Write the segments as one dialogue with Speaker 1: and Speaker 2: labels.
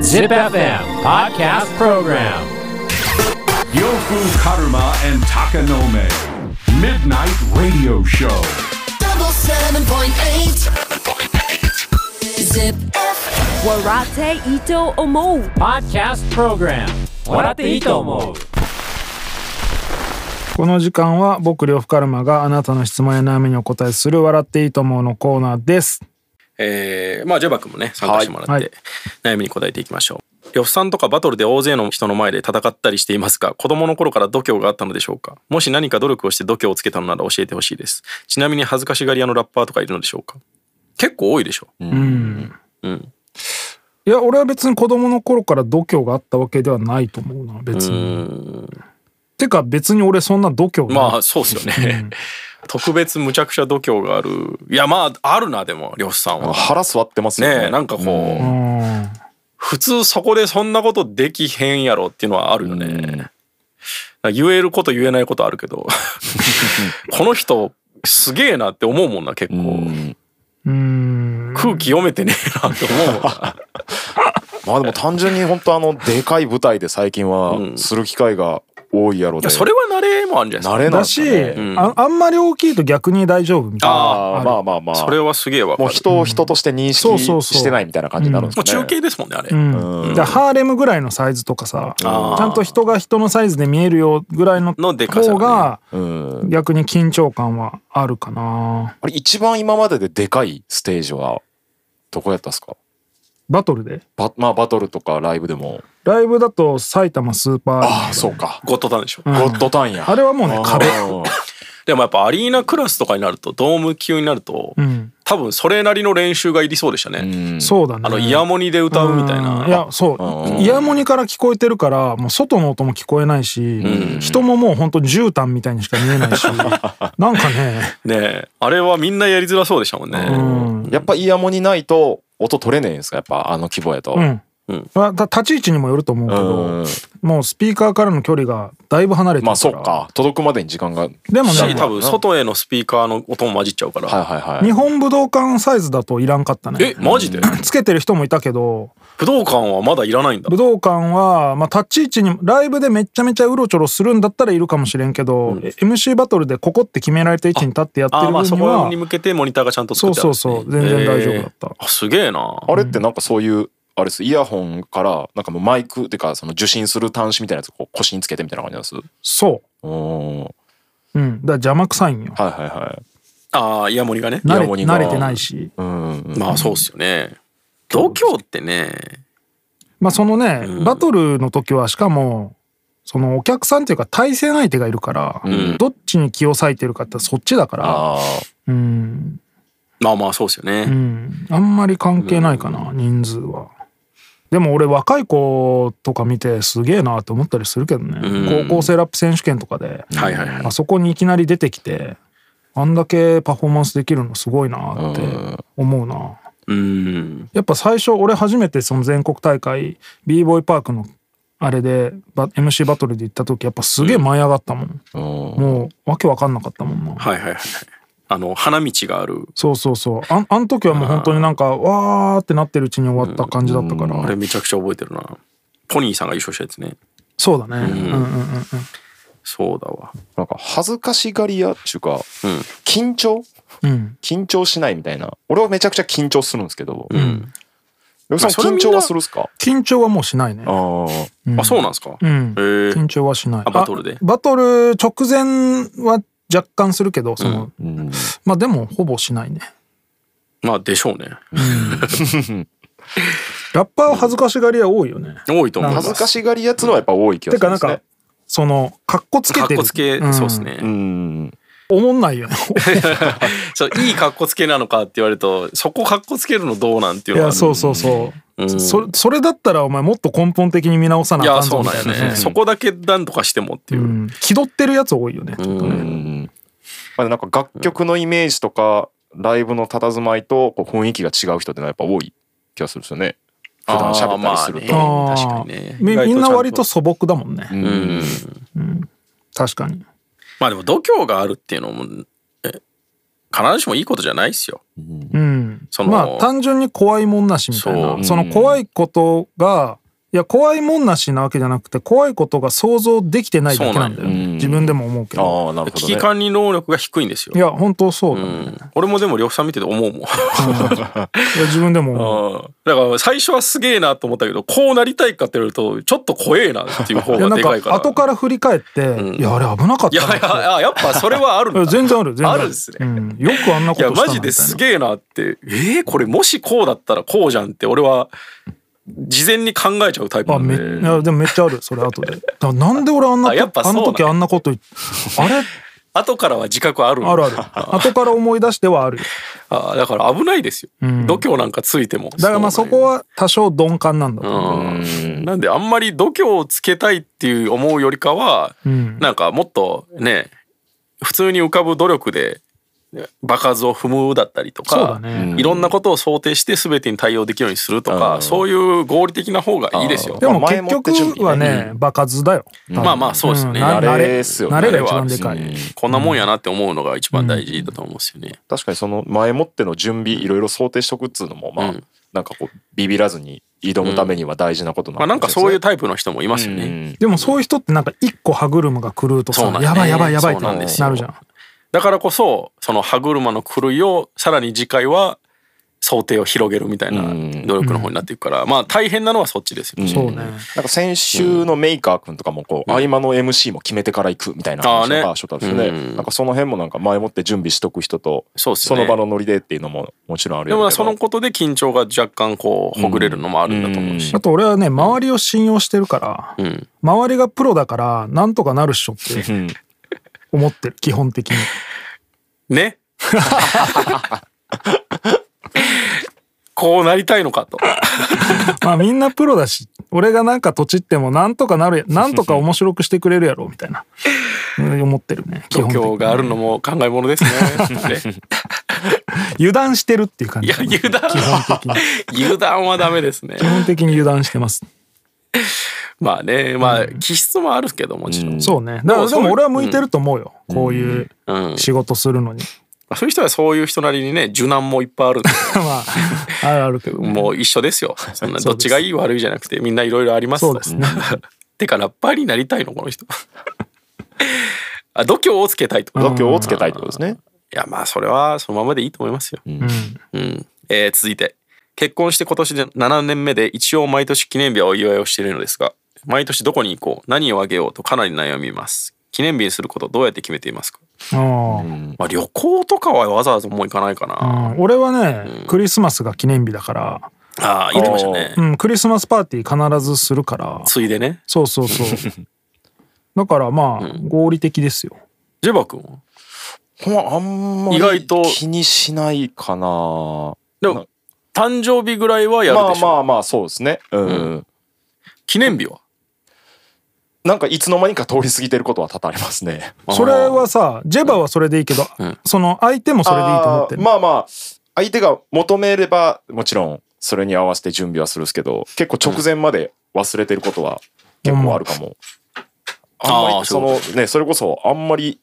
Speaker 1: Zip FM Podcast Program
Speaker 2: Yofu Karuma and Takanome. Midnight Radio Show.
Speaker 3: double seven point eight. Zip.
Speaker 4: Warate Ito Omo
Speaker 1: Podcast Program 笑っていいと思う
Speaker 5: この時間は僕呂布カルマがあなたの質問や悩みにお答えする笑っていいと思うのコーナーです。
Speaker 6: えー、まあジャバ君もね参加してもらって、
Speaker 5: はいはい
Speaker 6: 悩みに答えていきましょう呂布さんとかバトルで大勢の人の前で戦ったりしていますが子供の頃から度胸があったのでしょうかもし何か努力をして度胸をつけたのなら教えてほしいですちなみに恥ずかしがり屋のラッパーとかいるのでしょうか結構多いでしょ、
Speaker 5: いや俺は別に子供の頃から度胸があったわけではないと思うな別に。てか別に俺そんな度胸ない
Speaker 6: まあそうっすよね、 特別むちゃくちゃ度胸があるいやまああるなでも呂布さんは
Speaker 7: 腹座ってますよね
Speaker 6: ねえなんかこう、
Speaker 5: うん
Speaker 6: 普通そこでそんなことできへんやろっていうのはあるよね。なんか言えること言えないことあるけどこの人すげえなって思うもんな結構、
Speaker 5: うん
Speaker 6: 空気読めてねえなって思うもんな
Speaker 7: まあでも単純に本当あのでかい舞台で最近はする機会が多いやろう
Speaker 6: いや
Speaker 7: で
Speaker 6: それは慣れもあるんじゃないです
Speaker 7: 慣
Speaker 6: か
Speaker 7: れなん
Speaker 5: だ
Speaker 7: です
Speaker 5: し、
Speaker 7: かね
Speaker 5: ああんまり大きいと逆に大丈夫みたいな。
Speaker 6: ああ
Speaker 7: ああまあまあまあ
Speaker 6: それはすげえわか
Speaker 7: も
Speaker 6: る
Speaker 7: う人を人として認
Speaker 5: そうそう
Speaker 7: 識
Speaker 5: そう
Speaker 7: してないみたいな感じになるんで
Speaker 6: もう
Speaker 7: すかね
Speaker 6: 中継ですもんねあれ、
Speaker 5: うんだからハーレムぐらいのサイズとかさち
Speaker 6: あー
Speaker 5: ゃんと人が人のサイズで見えるよぐらいの
Speaker 6: のでかさ
Speaker 5: 方
Speaker 6: が
Speaker 5: が
Speaker 7: うん
Speaker 5: 逆に緊張感はあるかな
Speaker 7: あれ一番今までででかいステージはどこやったっすか
Speaker 5: バトルで
Speaker 7: バまあバトルとかライブでも
Speaker 5: ライブだと埼玉スーパーアリーナ
Speaker 7: ああそうか
Speaker 6: ゴッドタンでしょ、
Speaker 7: ゴッドタンや
Speaker 5: あれはもうね
Speaker 7: あー
Speaker 5: 壁
Speaker 6: でもやっぱアリーナクラスとかになるとドーム級になると、
Speaker 5: うん
Speaker 6: 多分それなりの練習がいりそうでしたね、
Speaker 7: うん
Speaker 5: そうだね
Speaker 6: あのイヤモニで歌うみたい
Speaker 5: うん
Speaker 6: ない
Speaker 5: やそうイヤモニから聞こえてるからもう外の音も聞こえないし人ももうほんと絨毯みたいにしか見えないしなんかね
Speaker 6: ねえあれはみんなやりづらそうでしたもんね、
Speaker 5: うん
Speaker 7: やっぱイヤモニないと音取れねえんですかやっぱあの規模やと
Speaker 5: うん
Speaker 6: うん
Speaker 5: まあた立ち位置にもよると思うけ
Speaker 7: うん
Speaker 5: どもうスピーカーからの距離がだいぶ離れてる
Speaker 7: まあそうか届くまでに時間がはい
Speaker 5: でもね
Speaker 6: し多分外へのスピーカーの音も混じっちゃうから、
Speaker 7: はいはい
Speaker 5: 日本武道館サイズだといらんかったね
Speaker 6: えマジで
Speaker 5: つけてる人もいたけど
Speaker 6: 武道館はまだいらないんだ
Speaker 5: 武道館は、まあ、立ち位置にライブでめちゃめちゃうろちょろするんだったらいるかもしれんけど、MC バトルでここって決められた位置に立ってやって
Speaker 6: あ
Speaker 5: る
Speaker 6: あ
Speaker 5: 分に
Speaker 6: まあそ
Speaker 5: は
Speaker 6: こに向けてモニターがちゃんと作
Speaker 5: そう
Speaker 6: ってあ
Speaker 5: そ
Speaker 6: るんで
Speaker 5: うそう
Speaker 6: すね、
Speaker 5: 全然大丈夫だった、
Speaker 6: あすげえな
Speaker 7: あれってなんかそういうあれですイヤホンからなんかもうマイクっていうかその受信する端子みたいなやつをこう腰につけてみたいな感じなんです
Speaker 5: そ
Speaker 7: おー
Speaker 5: ううんだから邪魔くさいんよ
Speaker 7: はいはいはい
Speaker 6: ああイヤモニがね
Speaker 5: 慣れ
Speaker 7: イヤモニが
Speaker 5: 慣れてないし
Speaker 7: うん
Speaker 6: まあそうっすよね度胸ってね
Speaker 5: まあそのね、バトルの時はしかもそのお客さんっていうか対戦相手がいるから、どっちに気を割いてるかってそっちだから
Speaker 7: あ
Speaker 5: うん
Speaker 6: まあまあそうっすよね、
Speaker 5: うん、あんまり関係ないかな、人数は。でも俺若い子とか見てすげえなって思ったりするけどね、高校生ラップ選手権とかで、
Speaker 6: はいはいはい
Speaker 5: あそこにいきなり出てきてあんだけパフォーマンスできるのすごいなって思うな、
Speaker 6: うん
Speaker 5: やっぱ最初俺初めてその全国大会 b ボーイパークのあれでバ MC バトルで行った時やっぱすげえ舞い上がったもん、
Speaker 7: あうん
Speaker 5: もうわけわかんなかったもんな、
Speaker 6: はいはいはいあの花道がある
Speaker 5: そうそうそうあんあん時はもう本当になんかわーってなってるうちに終わった感じだったから、
Speaker 6: あれめちゃくちゃ覚えてるなポニーさんが優勝したやつね
Speaker 5: そうだね。うんうんうん。
Speaker 6: そうだわ、
Speaker 7: なんか恥ずかしがり屋っていうか、緊張
Speaker 5: うん。
Speaker 7: 緊張しないみたいな俺はめちゃくちゃ緊張するんですけど、うんさん
Speaker 6: まあそれはみ
Speaker 7: 緊
Speaker 6: んな
Speaker 7: 張はするっすか
Speaker 5: 緊張はもうしないね。
Speaker 7: あー
Speaker 6: あそうなんですか、
Speaker 5: うん。
Speaker 6: へえ
Speaker 5: 緊張はしない。
Speaker 6: あバトルで
Speaker 5: あバトル直前は若干するけど、その、
Speaker 7: うん
Speaker 5: まあでもほぼしないね。
Speaker 6: まあでしょうね
Speaker 5: ラッパーは恥ずかしがり屋多いよね。
Speaker 6: 多いと思いま
Speaker 7: 恥
Speaker 6: す
Speaker 7: ずかしがり屋っつうのはやっぱ多い気が
Speaker 5: て
Speaker 7: する
Speaker 5: か
Speaker 7: ん
Speaker 5: なん
Speaker 7: ですね
Speaker 5: か、その、かっこつけ
Speaker 6: かって
Speaker 5: る。
Speaker 6: こつけ、
Speaker 5: ん
Speaker 6: そうですね、
Speaker 7: うん
Speaker 5: おもんないよ ね。
Speaker 6: そういい格好つけなのかって言われるとそこ格好つけるのどうなんってい
Speaker 5: いう
Speaker 6: のは
Speaker 5: や、そうそうそうう。
Speaker 6: ん
Speaker 5: そそれだったらお前もっと根本的に見直さないあか
Speaker 6: や
Speaker 5: ん
Speaker 6: そ
Speaker 5: ぞ
Speaker 6: う
Speaker 5: み
Speaker 6: なん
Speaker 5: た
Speaker 6: よ
Speaker 5: いな
Speaker 6: ね、そこだけなんとかしてもっていう、
Speaker 5: うん気取ってるやつ多いよねちょっとね
Speaker 7: うんまあ、なんか楽曲のイメージとかライブの佇まいとこう雰囲気が違う人ってのはやっぱ多い気がするんですよね普段喋ったりすると、
Speaker 6: あーま
Speaker 5: ああ
Speaker 6: あね確かにね
Speaker 5: み
Speaker 6: 意外と
Speaker 5: みんな
Speaker 6: ちゃんと
Speaker 5: 割と素朴だもんね
Speaker 7: うん
Speaker 5: 確かに
Speaker 6: まあでも度胸があるっていうのもえ必ずしもいいことじゃないっすよ。
Speaker 5: うん、
Speaker 6: その
Speaker 5: まあ単純に怖いもんなしみたいな
Speaker 6: そ
Speaker 5: そ,、
Speaker 6: う
Speaker 5: の怖いことがいや怖いもんなしなわけじゃなくて怖いことが想像できてないだけなんだよ
Speaker 7: そうなん
Speaker 5: ね
Speaker 7: やうん
Speaker 5: 自分でも思うけど
Speaker 7: ああなるほ
Speaker 6: 危
Speaker 7: ど、
Speaker 6: 機
Speaker 7: ね、
Speaker 6: 管理能力が低いんですよ
Speaker 5: い。や本当そうだ、
Speaker 6: う
Speaker 5: ね
Speaker 6: ん、俺もでも呂布さん見てて思うもん
Speaker 5: いや自分でも思う
Speaker 6: うんだから最初はすげえなと思ったけどこうなりたいかって言われるとちょっと怖えなっていう方
Speaker 5: いや
Speaker 6: が
Speaker 5: な
Speaker 6: でかい
Speaker 5: ん
Speaker 6: から
Speaker 5: か後から振り返って、
Speaker 6: ん
Speaker 5: いやあれ危なかっ
Speaker 6: いや
Speaker 5: たない
Speaker 6: やあやっぱそれはあるんだ
Speaker 5: いや全然ある全然
Speaker 6: あるんですね
Speaker 5: うん、よくあんなこと
Speaker 6: い
Speaker 5: し
Speaker 6: や
Speaker 5: たな
Speaker 6: マジですげえなってえー、これもしこうだったらこうじゃんって俺は事前に考えちゃうタイプ
Speaker 5: あ
Speaker 6: なん
Speaker 5: め
Speaker 6: で
Speaker 5: いやでもめっちゃあるそれ後でだからなんで俺あんな
Speaker 6: あやっぱそ
Speaker 5: あ
Speaker 6: うなん
Speaker 5: の
Speaker 6: や
Speaker 5: 時あんなこと言っあれ
Speaker 6: 後からは自覚あるんだ
Speaker 5: あ るある後から思い出してはあるよ
Speaker 6: あだから危ないですよ、
Speaker 5: ん
Speaker 6: 度胸なんかついても
Speaker 5: だからまあそこは多少鈍感なんだと思う
Speaker 6: うんなんであんまり度胸をつけたいっていう思うよりかは、
Speaker 5: ん
Speaker 6: なんかもっとね普通に浮かぶ努力で場数を踏むだったりとか
Speaker 5: そうだね
Speaker 6: いろんなことを想定して全てに対応できるようにするとか、そういう合理的な方がいいですよ
Speaker 7: あ。
Speaker 5: でも
Speaker 7: まあ
Speaker 5: 結局は
Speaker 7: 前もって準備
Speaker 5: ね場数だよ
Speaker 6: まあまあそうですよね。
Speaker 5: んな
Speaker 7: 慣
Speaker 5: 慣れ
Speaker 7: れですよね
Speaker 5: 慣れが一番でか
Speaker 7: 慣れはある
Speaker 5: い
Speaker 6: こんなもんやなって思うのが一番大事だと思うんですよね。
Speaker 7: 確かにその前もっての準備いろいろ想定しとくっつうのもまあ、
Speaker 6: うん
Speaker 7: なんかこうビビらずに挑むためには大事なことな
Speaker 6: まあなんかそういう
Speaker 7: タ
Speaker 6: タイプの人もいますよね。
Speaker 5: でもそういう人ってなんか一個歯車が狂うと
Speaker 6: そ
Speaker 5: さ
Speaker 6: うなんだよ
Speaker 5: や
Speaker 6: ね
Speaker 5: ばいやばいやばいっ
Speaker 6: そう
Speaker 5: て
Speaker 6: なん
Speaker 5: な
Speaker 6: ですよ
Speaker 5: るじゃん
Speaker 6: だからこそその歯車の狂いをさらに次回は想定を広げるみたいな
Speaker 7: うん
Speaker 6: 努力の方になっていくから、まあ大変なのはそっちですよね。
Speaker 5: そうね
Speaker 7: なんか先週のメイカー君とかもこう、合間の MC も決めてから行くみたいな話
Speaker 6: あー
Speaker 7: と
Speaker 6: ね
Speaker 7: かしとったんですよね
Speaker 6: うん
Speaker 7: なんかその辺もなんか前もって準備しとく人と
Speaker 6: そうっすね
Speaker 7: の場のノリでっていうのももちろんある
Speaker 6: で
Speaker 7: や
Speaker 6: も
Speaker 7: ろ
Speaker 6: ま
Speaker 7: う
Speaker 6: あ
Speaker 7: け
Speaker 6: そ
Speaker 7: ど
Speaker 6: のことで緊張が若干こうほぐれるのもあるんだと思うし、
Speaker 5: あと俺はね周りを信用してるから
Speaker 6: うん、
Speaker 5: 周りがプロだからなんとかなるっしょって
Speaker 7: うん
Speaker 5: 思ってる基本的に
Speaker 6: ねこうなりたいのかと
Speaker 5: まあみんなプロだし俺がなんかとちってもなんとかなるやなんとか面白くしてくれるやろみたい なうん思ってるね基
Speaker 6: 度
Speaker 5: 本的
Speaker 6: 胸
Speaker 5: に
Speaker 6: があるのも考えものですねね
Speaker 5: 油断してるっていう感
Speaker 6: い
Speaker 5: じ
Speaker 6: や
Speaker 5: 基
Speaker 6: 油断
Speaker 5: 本的に
Speaker 6: 油断はダメですね
Speaker 5: 基本的に油断してます
Speaker 6: まあねまあ気質もあるけどもちろん、
Speaker 5: そうねだから
Speaker 6: でも
Speaker 5: で
Speaker 6: そういう
Speaker 5: も俺は向いてると思うよこういう
Speaker 6: うん
Speaker 5: 仕事するのに
Speaker 6: そういう人はそういう人なりにね柔軟もいっぱいあるんで
Speaker 5: まああるあるけどね
Speaker 6: もう一緒ですよ。そんなどっちがいい悪いじゃなくてみんないろいろあります
Speaker 5: そうですね
Speaker 6: てかラッパーになりたいのこの人。 あ度胸をつけたいと。
Speaker 7: 度
Speaker 6: い
Speaker 7: 胸をつけたいってことですね
Speaker 6: やまあそれはそのままでいいと思いますよ。うん。えー続いて結婚して今年で7年目で一応毎年記念日はお祝いをしているのですが毎年どこに行こう何をあげようとかなり悩みます。記念日にすることどうやって決めていますか、
Speaker 5: うん
Speaker 6: まあ、旅行とかはわざわざもう行かないかな。
Speaker 5: うん俺はねクリスマスが記念日だから
Speaker 6: ああ言ってましたね。
Speaker 5: うんクリスマスパーティー必ずするから
Speaker 6: ついでね。
Speaker 5: そうそうそうだからまあ合理的ですよ
Speaker 6: ジェバ君は
Speaker 7: ほんまあんま
Speaker 6: 意外
Speaker 7: り
Speaker 6: と
Speaker 7: 気にしないかな
Speaker 6: でも誕生日ぐらいはやる
Speaker 7: まあ
Speaker 6: でしょ、
Speaker 7: まあまあそうですねうん
Speaker 6: 記念日は
Speaker 7: なんかいつの間にか通り過ぎてることは多々ありますね。
Speaker 5: それはさジェバはそれでいいけど、その相手も それでいいと思ってる
Speaker 7: あーまあまあ相手が求めればもちろんそれに合わせて準備はするんですけど結構直前まで忘れてることは結構あるかも。あんま
Speaker 6: あー
Speaker 7: りそ
Speaker 6: そうい
Speaker 7: のねそれこそあんまり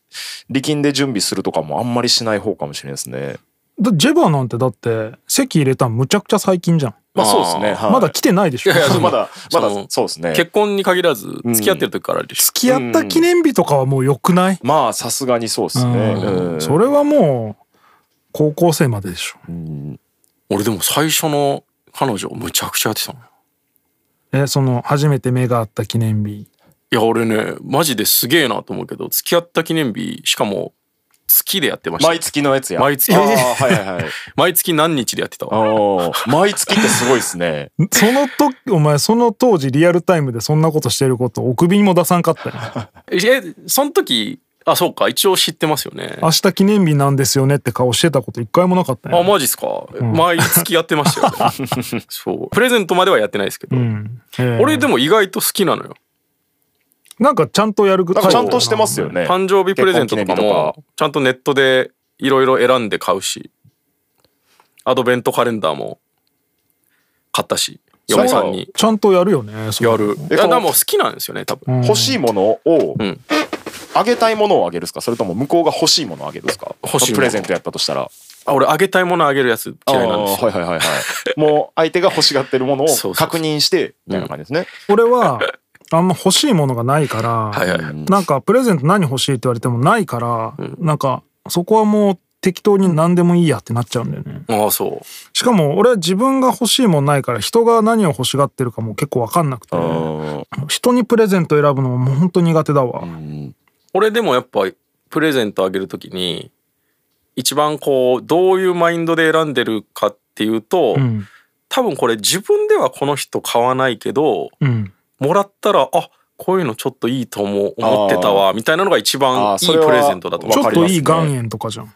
Speaker 7: 力んで準備するとかもあんまりしない方かもしれないですね。
Speaker 5: だジェバなんてだって席入れたんむちゃくちゃ最近じゃん、
Speaker 7: まあそうですね。はい
Speaker 5: まだ来てないでしょ
Speaker 6: いやいや
Speaker 5: 付
Speaker 6: そう
Speaker 7: まだまだ
Speaker 6: その
Speaker 7: そうですね。
Speaker 6: 結婚に限らず付き合ってる時からあるでしょ、
Speaker 5: き合った記念日とかはもう良くない、
Speaker 7: まあさすがにそうですね。うん
Speaker 5: それはもう高校生まででしょ
Speaker 6: 俺でも最初の彼女むちゃくちゃやってたの
Speaker 5: えその初めて目が合った記念日
Speaker 6: いや俺ねマジですげえなと思うけど付き合った記念日しかも月でやってました
Speaker 7: 毎月のやつや。
Speaker 6: 毎月
Speaker 7: あーはいはい はい。
Speaker 6: 毎月何日でやってたわ
Speaker 7: あー毎月ってすごいで すね。
Speaker 5: その時お前その当時リアルタイムでそんなことしてることお首にも出さんかったよ
Speaker 6: えその時あそうか一応知ってますよね
Speaker 5: 明日記念日なんですよねって顔してたこと一回もなかった
Speaker 6: あ
Speaker 5: よ、
Speaker 6: マジっすか、毎月やってました よねそうプレゼントまではやってないですけど、
Speaker 5: うんえー
Speaker 6: 俺でも意外と好きなのよ
Speaker 5: なんかちゃんとやる
Speaker 7: なんかちゃんとしてますよね。
Speaker 6: 誕生日プレゼントと
Speaker 7: 結婚
Speaker 6: か
Speaker 7: 記念日と
Speaker 6: もちゃんとネットでいろいろ選んで買うしアドベントカレンダーも買ったし
Speaker 7: そう
Speaker 6: 嫁さんに
Speaker 5: ちゃんとやるよねそれ
Speaker 6: やるい
Speaker 7: え
Speaker 6: や
Speaker 7: その
Speaker 6: でも好きなんですよね多分
Speaker 7: 欲しいものを
Speaker 6: ん
Speaker 7: あげたいものをあげるっすかそれとも向こうが欲しいものをあげるっすか
Speaker 6: 欲しいもの
Speaker 7: プレゼントやったとしたら
Speaker 6: あ俺あげたいものあげるやつ嫌いなんです
Speaker 7: あーはいはいはいはい もう相手が欲しがってるものを
Speaker 6: そうそうそう
Speaker 7: 確認してみたいな感じですね
Speaker 5: 俺はあんま欲しいものがないから、
Speaker 6: はいはいはい
Speaker 5: なんかプレゼント何欲しいって言われてもないから、なんかそこはもう適当に何でもいいやってなっちゃうんだよね。
Speaker 6: ああそう
Speaker 5: しかも俺は自分が欲しいもんないから人が何を欲しがってるかも結構分かんなくて
Speaker 7: うん
Speaker 5: 人にプレゼント選ぶのももう本当苦手だわ、
Speaker 6: 俺でもやっぱプレゼントあげるときに一番こうどういうマインドで選んでるかっていうと、
Speaker 5: うん
Speaker 6: 多分これ自分ではこの人買わないけど
Speaker 5: うん、
Speaker 6: もらったらあこういうのちょっといいと思思ってたわみたいなのが一
Speaker 7: あ
Speaker 6: 番
Speaker 7: ー
Speaker 6: いい
Speaker 7: それは
Speaker 6: プレゼントだと思
Speaker 5: ち
Speaker 6: う
Speaker 5: ょ
Speaker 7: わか
Speaker 5: っ
Speaker 7: り
Speaker 5: と
Speaker 7: ますね
Speaker 5: いい岩塩とかじゃん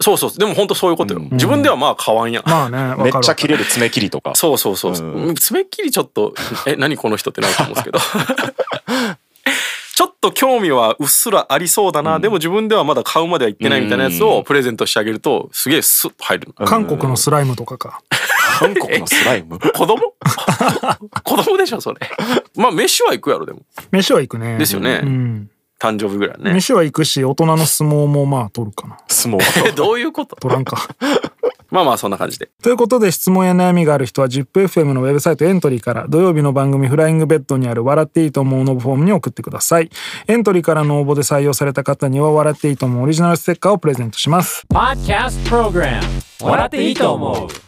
Speaker 6: そうそうでも本当そういうことよ、
Speaker 7: うん
Speaker 6: 自分ではまあ買わんやん、
Speaker 5: まあねわか
Speaker 7: めっ
Speaker 5: るわ
Speaker 7: ちゃ切れる爪切りとか
Speaker 6: そうそうそう、
Speaker 7: うん
Speaker 6: 爪切りちょっと 「え何この人」ってなると思うんですけど ちょっと興味はうっすらありそうだな、でも自分ではまだ買うまではいってないみたいなやつをプレゼントしてあげるとすげえスッと入るの
Speaker 5: 韓国のスライムとかか
Speaker 7: 韓国のスライム
Speaker 6: 子供子供でしょそれまあ飯は行くやろでも
Speaker 5: 飯は行くね
Speaker 6: ですよね、
Speaker 5: うん、
Speaker 6: 誕生日ぐらいね
Speaker 5: 飯は行くし大人の相撲もまあ取るかな
Speaker 7: 相撲
Speaker 6: えどういうこと
Speaker 5: 取らんか
Speaker 6: まあまあそんな感じで
Speaker 5: ということで質問や悩みがある人は ZIPFM のウェブサイトエントリーから土曜日の番組フライングベッドにある笑っていいと思うのフォームに送ってくださいエントリーからの応募で採用された方には笑っていいと思うオリジナルステッカーをプレゼントします
Speaker 1: Podcast Program 笑っていいと思う